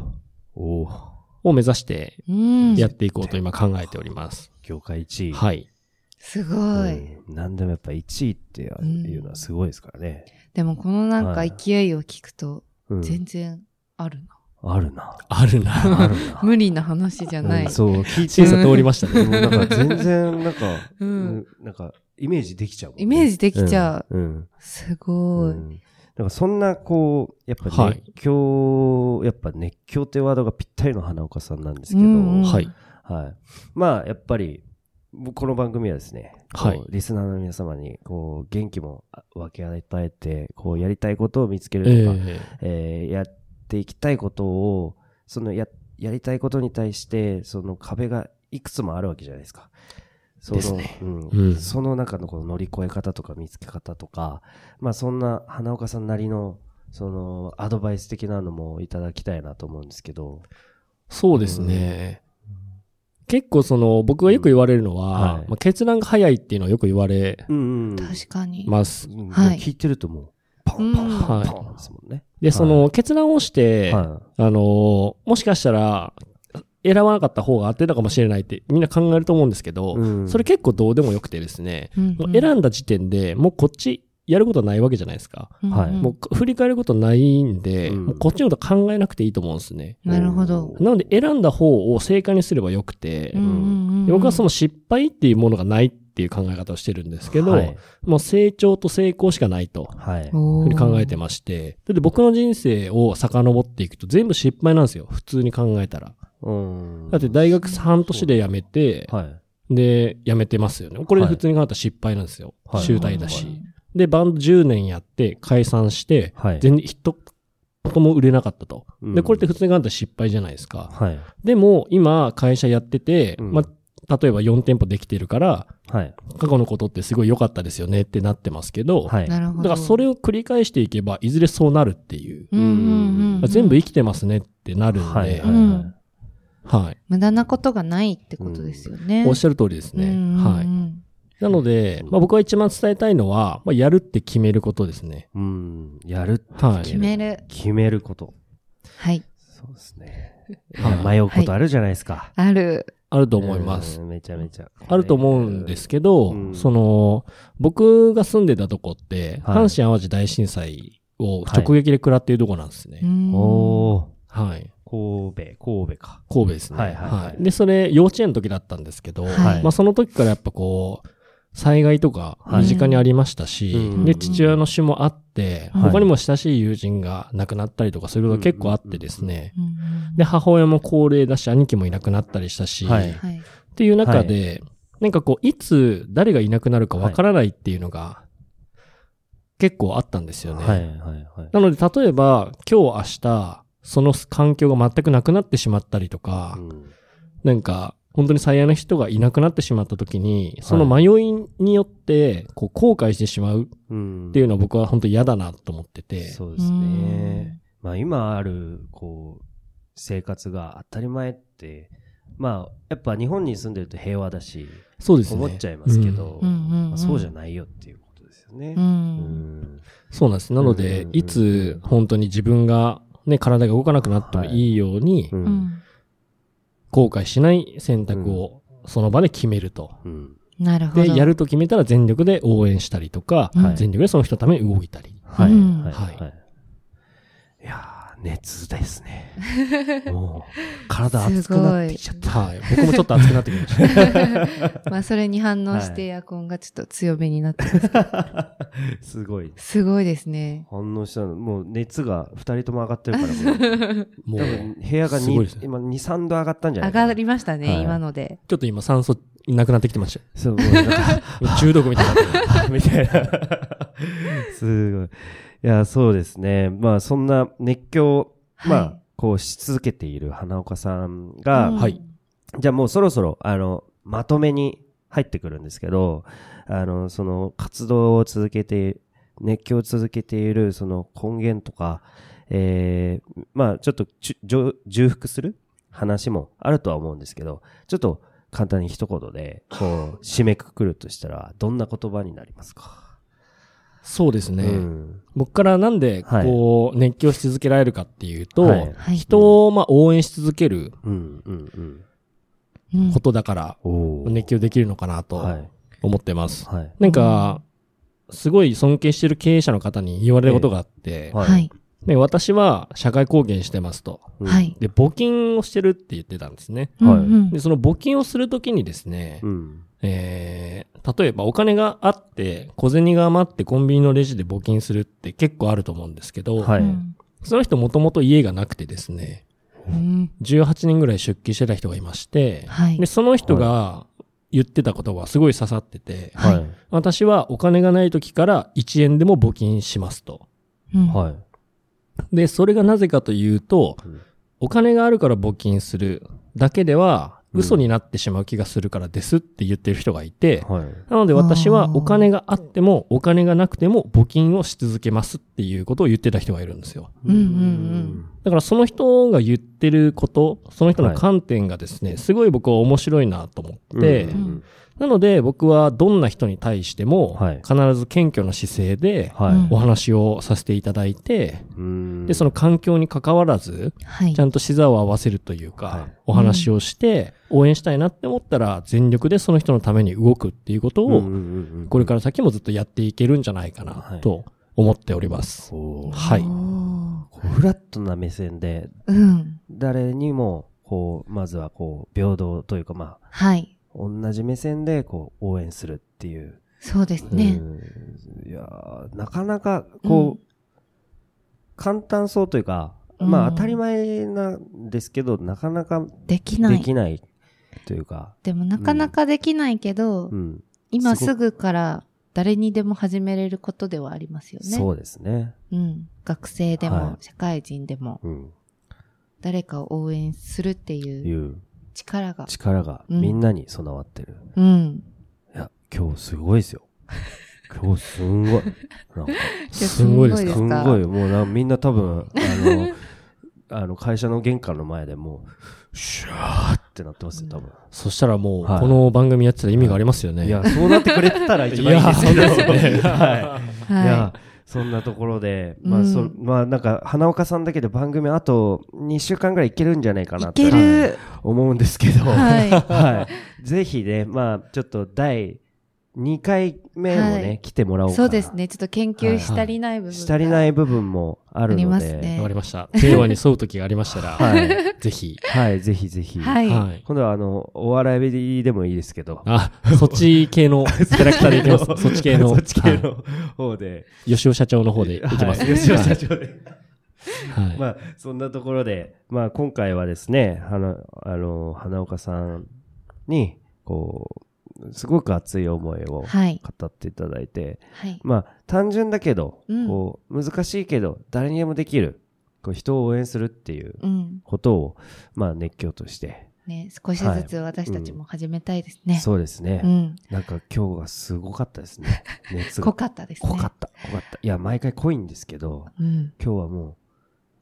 [SPEAKER 3] おー
[SPEAKER 4] を目指して
[SPEAKER 1] うん。
[SPEAKER 4] やっていこうと今考えております。
[SPEAKER 3] 業界1位。
[SPEAKER 4] はい。
[SPEAKER 1] すごい。
[SPEAKER 3] うん何でもやっぱ1位っていうのはすごいですからね。
[SPEAKER 1] でもこのなんか
[SPEAKER 3] はい
[SPEAKER 1] 勢いを聞くと、
[SPEAKER 3] うん
[SPEAKER 1] 全然あるな。
[SPEAKER 3] あるな。
[SPEAKER 4] あるな。
[SPEAKER 3] あるな。
[SPEAKER 1] 無理な話じゃな
[SPEAKER 3] う
[SPEAKER 1] い
[SPEAKER 3] ん。そう、聞いて
[SPEAKER 4] 審査通りましたね。
[SPEAKER 3] でもなんか全然、なんか、
[SPEAKER 1] う
[SPEAKER 3] うんんなんか、イメージできちゃうもんね、
[SPEAKER 1] イメージできちゃう。
[SPEAKER 3] うん。うん。
[SPEAKER 1] すごい。
[SPEAKER 3] うんなんかそんな、こう、やっぱ
[SPEAKER 4] は
[SPEAKER 3] 熱
[SPEAKER 4] い
[SPEAKER 3] 狂、やっぱ熱狂ってワードがぴったりの花岡さんなんですけど、
[SPEAKER 1] うんうん
[SPEAKER 4] はい。
[SPEAKER 3] はい。まあ、やっぱり、この番組はですね、
[SPEAKER 4] はい
[SPEAKER 3] こうリスナーの皆様に、こう、元気も分け与えて、こう、やりたいことを見つけ
[SPEAKER 4] え
[SPEAKER 3] るとか、
[SPEAKER 4] ー
[SPEAKER 3] えーやっていきたいことをそのややりたいことに対してその壁がいくつもあるわけじゃないですか。その
[SPEAKER 4] ですね
[SPEAKER 3] うん
[SPEAKER 4] うん
[SPEAKER 3] その中のこの乗り越え方とか見つけ方とか、まあ、そんな花岡さんなりのそのアドバイス的なのもいただきたいなと思うんですけど。
[SPEAKER 4] そうですね。結構その、僕がよく言われるの
[SPEAKER 3] うん
[SPEAKER 4] は
[SPEAKER 3] はい、
[SPEAKER 4] まあ決断が早いっていうのはよく言われ
[SPEAKER 3] うんうん、
[SPEAKER 1] 確かに。
[SPEAKER 4] ます。
[SPEAKER 3] うんもう
[SPEAKER 1] はい
[SPEAKER 3] 聞いてるともうパンパンパンパンですもんね。
[SPEAKER 4] で、その決断をして、あ
[SPEAKER 3] は
[SPEAKER 4] の、もしかしたら、選ばなかった方が合ってたかもしれないってみんな考えると思うんですけ
[SPEAKER 3] い
[SPEAKER 4] ど、
[SPEAKER 3] うん
[SPEAKER 4] それ結構どうでもよくてですね、
[SPEAKER 1] うん
[SPEAKER 4] もう選んだ時点でもうこっちやることないわけじゃないですか。
[SPEAKER 1] うん
[SPEAKER 3] はい
[SPEAKER 1] うん
[SPEAKER 4] もう振り返ることないんで、
[SPEAKER 3] うん
[SPEAKER 4] もうこっちのこと考えなくていいと思うんですね。
[SPEAKER 1] なるほど。
[SPEAKER 4] なので選んだ方を正解にすればよくて、
[SPEAKER 1] うんうんうん
[SPEAKER 4] 僕はその失敗っていうものがないっていう考え方をしてるんですけど、
[SPEAKER 3] はい
[SPEAKER 4] もう成長と成功しかないと。
[SPEAKER 3] はい
[SPEAKER 4] ふ
[SPEAKER 1] お
[SPEAKER 4] う
[SPEAKER 1] ー
[SPEAKER 4] に考えてまして。だって僕の人生を遡っていくと全部失敗なんですよ。普通に考えたら。
[SPEAKER 3] うん
[SPEAKER 4] だって大学半年で辞めて、
[SPEAKER 3] はい
[SPEAKER 4] で、辞めてますよね。これで普通に考えたら失敗なんですよ。
[SPEAKER 3] はい
[SPEAKER 4] 集大だし。で、バンド10年やって解散して、
[SPEAKER 3] はい
[SPEAKER 4] 全然一言も売れなかったと。
[SPEAKER 3] う
[SPEAKER 4] で、
[SPEAKER 3] ん
[SPEAKER 4] これって普通に考えたら失敗じゃないですか。
[SPEAKER 3] はい
[SPEAKER 4] でも、今、会社やってて、
[SPEAKER 3] うん
[SPEAKER 4] まあ、例えば4店舗できてるから、
[SPEAKER 3] はい
[SPEAKER 4] 過去のことってすごい良かったですよねってなってますけど、
[SPEAKER 3] はい
[SPEAKER 1] なるほ
[SPEAKER 4] だ
[SPEAKER 1] ど。
[SPEAKER 4] からそれを繰り返していけば、いずれそうなるっていう。
[SPEAKER 1] うんうんうんうん
[SPEAKER 4] 全部生きてますねってなるんで、
[SPEAKER 3] は
[SPEAKER 4] はいい。
[SPEAKER 3] はい
[SPEAKER 1] うん無駄なことがないってことですよね。
[SPEAKER 4] おっしゃる通りですね。はい。なので、まあ、僕が一番伝えたいのは、まあ、やるって決めることですね。
[SPEAKER 3] うん、やる
[SPEAKER 4] は
[SPEAKER 1] 決
[SPEAKER 4] い。
[SPEAKER 1] める。
[SPEAKER 3] 決めること。
[SPEAKER 1] はい。
[SPEAKER 3] そうですね。
[SPEAKER 4] はい
[SPEAKER 3] いや迷うことあるじゃないですか。
[SPEAKER 1] ある。
[SPEAKER 4] あると思います
[SPEAKER 3] う。ん。めちゃめちゃ。
[SPEAKER 4] あると思うんですけど、
[SPEAKER 3] うん
[SPEAKER 4] その、僕が住んでたとこって、
[SPEAKER 3] はい
[SPEAKER 4] 阪神淡路大震災を直撃で食らっているとこなんですね。
[SPEAKER 3] お
[SPEAKER 1] お。
[SPEAKER 3] お
[SPEAKER 4] はい。
[SPEAKER 3] ー、神戸、神戸か。
[SPEAKER 4] 神戸ですね。
[SPEAKER 3] はいはいはい
[SPEAKER 4] で、それ、幼稚園の時だったんですけど、
[SPEAKER 1] はい
[SPEAKER 4] まあ、その時からやっぱこう、災害とか身近にありましたし、
[SPEAKER 3] はいうん
[SPEAKER 4] で、父親の死もあって、
[SPEAKER 1] はい
[SPEAKER 4] 他にも親しい友人が亡くなったりとかそういうことが結構あってですね、
[SPEAKER 1] うんうん
[SPEAKER 4] で、母親も高齢だし、兄貴もいなくなったりしたし、
[SPEAKER 3] はい
[SPEAKER 1] はい。
[SPEAKER 4] っていう中で、なんかこう、いつ誰がいなくなるかわからないっていうのが、結構あったんですよね。
[SPEAKER 3] はいはいはい。
[SPEAKER 4] なので、例えば、今日明日、その環境が全くなくなってしまったりとか、
[SPEAKER 3] うん
[SPEAKER 4] なんか、本当に最愛の人がいなくなってしまった時に、その迷いによって、こう、後悔してしまう
[SPEAKER 3] うん。
[SPEAKER 4] っていうのは僕は本当嫌だなと思ってて。
[SPEAKER 3] そうですね。まあ今ある、こう、生活が当たり前って、まあやっぱ日本に住んでると平和だし、
[SPEAKER 4] そうですね。
[SPEAKER 3] 思っちゃいますけど、まあそうじゃ
[SPEAKER 1] い。
[SPEAKER 3] ないよっていうことですよね
[SPEAKER 1] う。。
[SPEAKER 3] うんん
[SPEAKER 4] そうなんです。なので、
[SPEAKER 3] うん
[SPEAKER 4] いつ本当に自分が、ね、体が動かなくなってもいいように、
[SPEAKER 3] うん
[SPEAKER 1] うん。
[SPEAKER 4] 後悔しない選択をその場で決めると。
[SPEAKER 3] うん
[SPEAKER 1] なるほど。
[SPEAKER 4] で、やると決めたら全力で応援したりとか、
[SPEAKER 1] はい
[SPEAKER 4] 全力でその人のために動いたり。
[SPEAKER 3] はい
[SPEAKER 1] うん
[SPEAKER 3] はいはい。いやー、熱です ね。もう、体熱くなってきちゃっ
[SPEAKER 4] はい。僕もちょっと熱くなってきました。
[SPEAKER 1] まあ、それに反応し
[SPEAKER 3] は
[SPEAKER 1] てエアコンがちょっと強めになって、
[SPEAKER 3] た。すごい。
[SPEAKER 1] すごいです ね。
[SPEAKER 3] 反応したの、もう熱が2人とも上がってる から、もう
[SPEAKER 4] も
[SPEAKER 3] 多
[SPEAKER 4] う
[SPEAKER 3] 分、部屋が
[SPEAKER 4] すごい
[SPEAKER 3] に
[SPEAKER 4] ですね
[SPEAKER 3] 今2、3度上がったんじゃない
[SPEAKER 1] 上
[SPEAKER 3] かな
[SPEAKER 1] がりましたね、
[SPEAKER 3] はい
[SPEAKER 1] 今ので。
[SPEAKER 4] ちょっと今酸素なくなってきてまし
[SPEAKER 3] そう、もうなんか、
[SPEAKER 4] た。中毒みたいになってる。
[SPEAKER 3] みたいな。すごい。いや、そうですね。まあ、そんな熱狂、まあ、
[SPEAKER 1] はい
[SPEAKER 3] こうし続けている花岡さんが、
[SPEAKER 1] うん
[SPEAKER 4] はい。
[SPEAKER 3] じゃあもうそろそろ、あの、まとめに入ってくるんですけど、あの、その活動を続けて、熱狂を続けている、その根源とか、えーまあちょっとちゅ重重複する話もあるとは思うんですけど、ちょっと簡単に一言で、こう、締めくくるとしたら、どんな言葉になりますか
[SPEAKER 4] そうですね。
[SPEAKER 3] うん
[SPEAKER 4] 僕からなんで、
[SPEAKER 3] はい
[SPEAKER 4] こう、熱狂し続けられるかっていうと、
[SPEAKER 3] はい
[SPEAKER 1] はい。
[SPEAKER 4] 人をまあ応援し続ける
[SPEAKER 3] うん、うん、う
[SPEAKER 1] う
[SPEAKER 3] ん。
[SPEAKER 1] ん
[SPEAKER 4] ことだから、
[SPEAKER 3] おー
[SPEAKER 4] 熱狂できるのかな
[SPEAKER 3] はい。
[SPEAKER 4] と思ってます。
[SPEAKER 3] はい。
[SPEAKER 4] なんか、すごい尊敬してる経営者の方に言われることがあって、
[SPEAKER 3] は
[SPEAKER 1] はい。
[SPEAKER 4] ね、私は社会貢献してますと。
[SPEAKER 3] うん
[SPEAKER 1] は。い。
[SPEAKER 4] で、募金をしてるって言ってたんですね。
[SPEAKER 1] うん
[SPEAKER 3] はい
[SPEAKER 1] うん
[SPEAKER 4] で、その募金をするときにですね、
[SPEAKER 3] うん。
[SPEAKER 4] えー、例えばお金があって、小銭が余ってコンビニのレジで募金するって結構あると思うんですけど、
[SPEAKER 3] はい。
[SPEAKER 1] うん
[SPEAKER 4] その人もともと家がなくてですね、
[SPEAKER 1] うん
[SPEAKER 4] 18人ぐらい出勤してた人がいまして、
[SPEAKER 1] はい
[SPEAKER 4] で、その人が言ってたことがすごい刺さってて、
[SPEAKER 1] はい
[SPEAKER 3] はい。
[SPEAKER 4] 私はお金がない時から1円でも募金しますと。
[SPEAKER 1] うん
[SPEAKER 3] はい。
[SPEAKER 4] で、それがなぜかというと、
[SPEAKER 3] うん
[SPEAKER 4] お金があるから募金するだけでは
[SPEAKER 3] うん
[SPEAKER 4] 嘘になってしまう気がするからですって言ってる人がいて、
[SPEAKER 3] はい。
[SPEAKER 4] なので私
[SPEAKER 1] あ
[SPEAKER 4] は
[SPEAKER 1] ー
[SPEAKER 4] お金があってもお金がなくても募金をし続けますっていうことを言ってた人がいるんですよ。
[SPEAKER 1] うんうん
[SPEAKER 4] だからその人が言ってること、その人の観点がですね、すごい僕は面白いなと思って、
[SPEAKER 3] うんうん
[SPEAKER 4] なので僕はどんな人に対しても
[SPEAKER 3] はい
[SPEAKER 4] 必ず謙虚な姿勢で
[SPEAKER 3] はい。
[SPEAKER 1] うん
[SPEAKER 4] お話をさせていただいて、
[SPEAKER 3] うん
[SPEAKER 4] で、その環境に関わらず、
[SPEAKER 1] はい
[SPEAKER 4] ちゃんと視座を合わせるという
[SPEAKER 3] は
[SPEAKER 4] か
[SPEAKER 3] い、
[SPEAKER 4] お話をして、応援したいなって思ったら、全力でその人のために動くっていうこと
[SPEAKER 3] うん
[SPEAKER 4] を、
[SPEAKER 3] うんうん
[SPEAKER 4] これから先もずっとやっていけるんじゃないか
[SPEAKER 3] は
[SPEAKER 4] ないと思っております。
[SPEAKER 3] こう
[SPEAKER 4] はい
[SPEAKER 1] お。ー
[SPEAKER 3] こうフラットな目線で
[SPEAKER 1] うん。
[SPEAKER 3] 誰にもこうまずはこう平等というかまあ
[SPEAKER 1] はい。
[SPEAKER 3] 同じ目線でこう応援するっていう、
[SPEAKER 1] そうですね
[SPEAKER 3] う。んいやーなかなかこう、簡単そうというかま
[SPEAKER 1] う
[SPEAKER 3] あ
[SPEAKER 1] ん
[SPEAKER 3] 当たり前なんですけど、なかなか
[SPEAKER 1] できな
[SPEAKER 3] で
[SPEAKER 1] い。
[SPEAKER 3] きないというか、
[SPEAKER 1] でもなかなかできないけど、
[SPEAKER 3] うん
[SPEAKER 1] 今
[SPEAKER 3] すご
[SPEAKER 1] すぐから誰にでも始めれることではありますよね。
[SPEAKER 3] そうですね、
[SPEAKER 1] うん。学生でも、
[SPEAKER 3] はい
[SPEAKER 1] 社会人でも、
[SPEAKER 3] うん、
[SPEAKER 1] 誰かを応援するってい
[SPEAKER 3] いうう
[SPEAKER 1] 力が。
[SPEAKER 3] 力が
[SPEAKER 1] うん
[SPEAKER 3] みんなに備わってる、
[SPEAKER 1] うん。
[SPEAKER 3] いや、今日すごいですよ。今日すんごい。なんか、
[SPEAKER 4] すごいです
[SPEAKER 1] いや
[SPEAKER 4] か
[SPEAKER 3] す
[SPEAKER 1] す
[SPEAKER 3] ん
[SPEAKER 1] か
[SPEAKER 3] ごいよ。もうな、みんな多分、あの、あの会社の玄関の前でもう、シュワーってなってますよ、多分。
[SPEAKER 4] そしたらもう、
[SPEAKER 3] はい
[SPEAKER 4] この番組やってたら意味がありますよね。
[SPEAKER 3] いや、そうなってくれてたら一番いいですけど。はい。いや
[SPEAKER 1] は、
[SPEAKER 3] そんなところで、ま
[SPEAKER 1] う
[SPEAKER 3] あ、
[SPEAKER 1] ん
[SPEAKER 3] そ、まあ、なんか、花岡さんだけで番組あと2週間ぐらいいけるんじゃないか
[SPEAKER 1] い。
[SPEAKER 3] ないって
[SPEAKER 1] ける。
[SPEAKER 3] 思うんですけど。
[SPEAKER 1] は
[SPEAKER 3] はい。ぜひね、まあ、ちょっと第2回目も
[SPEAKER 1] は
[SPEAKER 3] ね
[SPEAKER 1] い、
[SPEAKER 3] 来てもらおう
[SPEAKER 1] い。
[SPEAKER 3] かな。
[SPEAKER 1] そうですね。ちょっと研究し足りない部分が。
[SPEAKER 3] したりない部分もあるので。
[SPEAKER 1] ありますね
[SPEAKER 4] わかりました。令和に沿う時がありましたら、
[SPEAKER 3] はい。
[SPEAKER 4] ぜひ。
[SPEAKER 3] はい、ぜひぜひ。
[SPEAKER 1] はい。
[SPEAKER 4] はい。
[SPEAKER 3] 今度は、あの、お笑いでもいいですけど。
[SPEAKER 4] あ、そっち系のキャラクターでいきます。そっち系の。
[SPEAKER 3] そっち系
[SPEAKER 4] はい
[SPEAKER 3] の方で。
[SPEAKER 4] 吉尾社長の方でいきます。
[SPEAKER 3] はい吉野社長で。
[SPEAKER 4] はい
[SPEAKER 3] まあ、そんなところで、まあ、今回はですね、あの、あの、花岡さんに、こすごく熱い思いを
[SPEAKER 1] はい。
[SPEAKER 3] 語っていただいて、
[SPEAKER 1] はい。
[SPEAKER 3] まあ、単純だけど、
[SPEAKER 1] うん
[SPEAKER 3] こう、難しいけど、誰にでもできる、こう、人を応援するっていう
[SPEAKER 1] うん。
[SPEAKER 3] ことを、まあ、熱狂として、
[SPEAKER 1] ね、少しずつ私たちも始めたいですね。
[SPEAKER 3] そうですね、
[SPEAKER 1] うん。
[SPEAKER 3] なんか今日がすごかったで すね。熱が
[SPEAKER 1] 濃。かったですね。
[SPEAKER 3] 濃かった、濃かった。いや、毎回濃いんですけど、
[SPEAKER 1] うん。
[SPEAKER 3] 今日はも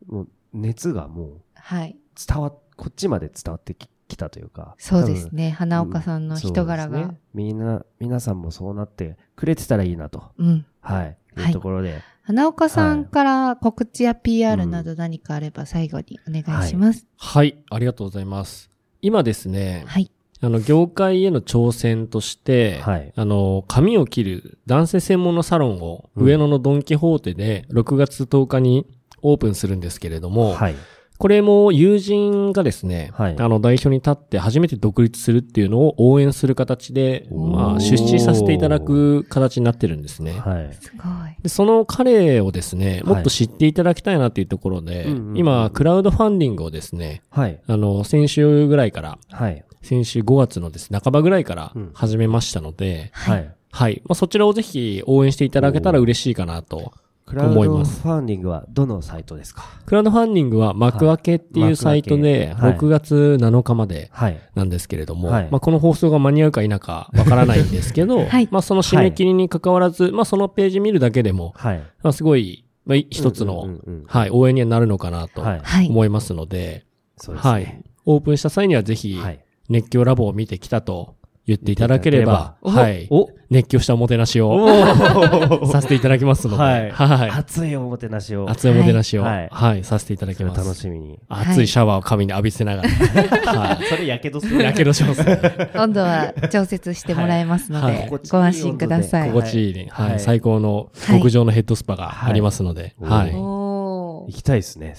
[SPEAKER 3] う、もう、熱がもう、
[SPEAKER 1] はい。
[SPEAKER 3] 伝わ、こっちまで伝わってききたというか。
[SPEAKER 1] そうです
[SPEAKER 3] 多分。
[SPEAKER 1] ね。花岡さんの人柄
[SPEAKER 3] そうで
[SPEAKER 1] が
[SPEAKER 3] すね。みんな、皆さんもそうなってくれてたらいいなと。
[SPEAKER 1] うん。
[SPEAKER 3] はい。
[SPEAKER 1] はい
[SPEAKER 3] いうところで。
[SPEAKER 1] 花岡さん
[SPEAKER 3] はい
[SPEAKER 1] から告知や PR
[SPEAKER 3] うん
[SPEAKER 1] など何かあれば最後にお願いします。
[SPEAKER 4] はい、ありがとうございます。今ですね、
[SPEAKER 1] はい。
[SPEAKER 4] あの、業界への挑戦として、
[SPEAKER 3] はい
[SPEAKER 4] あの、髪を切る男性専門のサロンを
[SPEAKER 3] うん
[SPEAKER 4] 上野のドンキホーテで6月10日にオープンするんですけれども、
[SPEAKER 3] はい。
[SPEAKER 4] これも友人がですね、
[SPEAKER 3] はい
[SPEAKER 4] あの、代表に立って初めて独立するっていうのを応援する形で、
[SPEAKER 3] おー
[SPEAKER 4] まあ、出資させていただく形になってるんですね。
[SPEAKER 3] はい。
[SPEAKER 1] すごい。
[SPEAKER 4] でその彼をですね、
[SPEAKER 3] はい
[SPEAKER 4] もっと知っていただきたいなっていうところで、
[SPEAKER 3] うんうんうん
[SPEAKER 4] 今、クラウドファンディングをですね、
[SPEAKER 3] はい。
[SPEAKER 4] あの、先週ぐらいから、
[SPEAKER 3] はい。
[SPEAKER 4] 先週5月のですね、半ばぐらいから
[SPEAKER 3] うん
[SPEAKER 4] 始めましたので、
[SPEAKER 3] はい。
[SPEAKER 4] はい。まあ、そちらをぜひ応援していただけたら嬉しいかなと。
[SPEAKER 3] クラウ
[SPEAKER 4] 思い
[SPEAKER 3] ド
[SPEAKER 4] ま
[SPEAKER 3] フ
[SPEAKER 4] す
[SPEAKER 3] ァンディングはどのサイトですか
[SPEAKER 4] クラウドファンディングは幕開けってい
[SPEAKER 3] はいう
[SPEAKER 4] サイトで、
[SPEAKER 3] 幕開け
[SPEAKER 4] 6月7日まで
[SPEAKER 3] はい。
[SPEAKER 4] なんですけれども、
[SPEAKER 3] はい
[SPEAKER 4] まあ、この放送が間に合うか否かわからないんですけ ど、
[SPEAKER 1] はい
[SPEAKER 4] まあ、その締め切りに関わらず、まあ、そのページ見るだけでも、
[SPEAKER 3] はい。
[SPEAKER 4] まあ、すごい、まあ、い一つ
[SPEAKER 3] う
[SPEAKER 4] の、
[SPEAKER 3] んうんうんうん
[SPEAKER 4] はい、応援にはなるのかなと
[SPEAKER 3] はい。
[SPEAKER 1] はい。
[SPEAKER 4] 思いますので、
[SPEAKER 3] そうですね
[SPEAKER 4] はい。オープンした際にはぜひ、
[SPEAKER 3] はい。
[SPEAKER 4] 熱狂ラボを見てきたと言っていただければ、
[SPEAKER 3] お
[SPEAKER 4] はい。
[SPEAKER 3] お
[SPEAKER 4] 熱狂したおもてなしを
[SPEAKER 3] お
[SPEAKER 4] させていただきますので、
[SPEAKER 3] はい
[SPEAKER 4] はい。
[SPEAKER 3] 熱いおもてなしを。
[SPEAKER 4] 熱いおもてなしを、
[SPEAKER 3] は
[SPEAKER 4] はいい、させていただき
[SPEAKER 3] それ
[SPEAKER 4] ます。
[SPEAKER 3] 楽しみに。
[SPEAKER 4] 熱いシャワーを髪に浴びせながら、は
[SPEAKER 3] それやけどす
[SPEAKER 4] い。やけどしますね。
[SPEAKER 1] 温度は調節してもらえますので、
[SPEAKER 4] はいはい
[SPEAKER 3] 心地いい
[SPEAKER 1] ご安心ください。
[SPEAKER 3] 温度
[SPEAKER 4] 心地いいね。はい。
[SPEAKER 3] はい
[SPEAKER 4] 最高の
[SPEAKER 1] はい
[SPEAKER 4] 極上のヘッドスパがありますので、
[SPEAKER 3] は
[SPEAKER 4] はいい。
[SPEAKER 1] おー
[SPEAKER 3] 行きたいですね。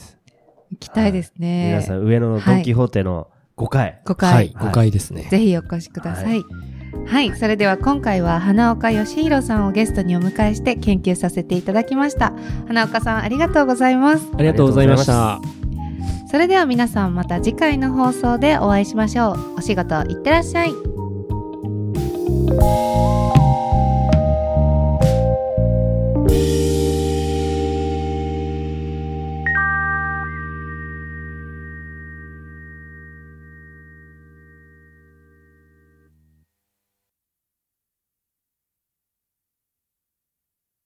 [SPEAKER 1] 行きたいですね。
[SPEAKER 3] 皆さん、上野のドンキホーテの5回。
[SPEAKER 1] 5回、
[SPEAKER 4] はい。
[SPEAKER 3] はい
[SPEAKER 4] 誤解ですね。
[SPEAKER 1] ぜひお越しください。はい、それでは今回は花岡義弘さんをゲストにお迎えして研究させていただきました。花岡さんありがとうございます。
[SPEAKER 4] ありがとうございました。
[SPEAKER 1] それでは皆さんまた次回の放送でお会いしましょう。お仕事いってらっしゃい。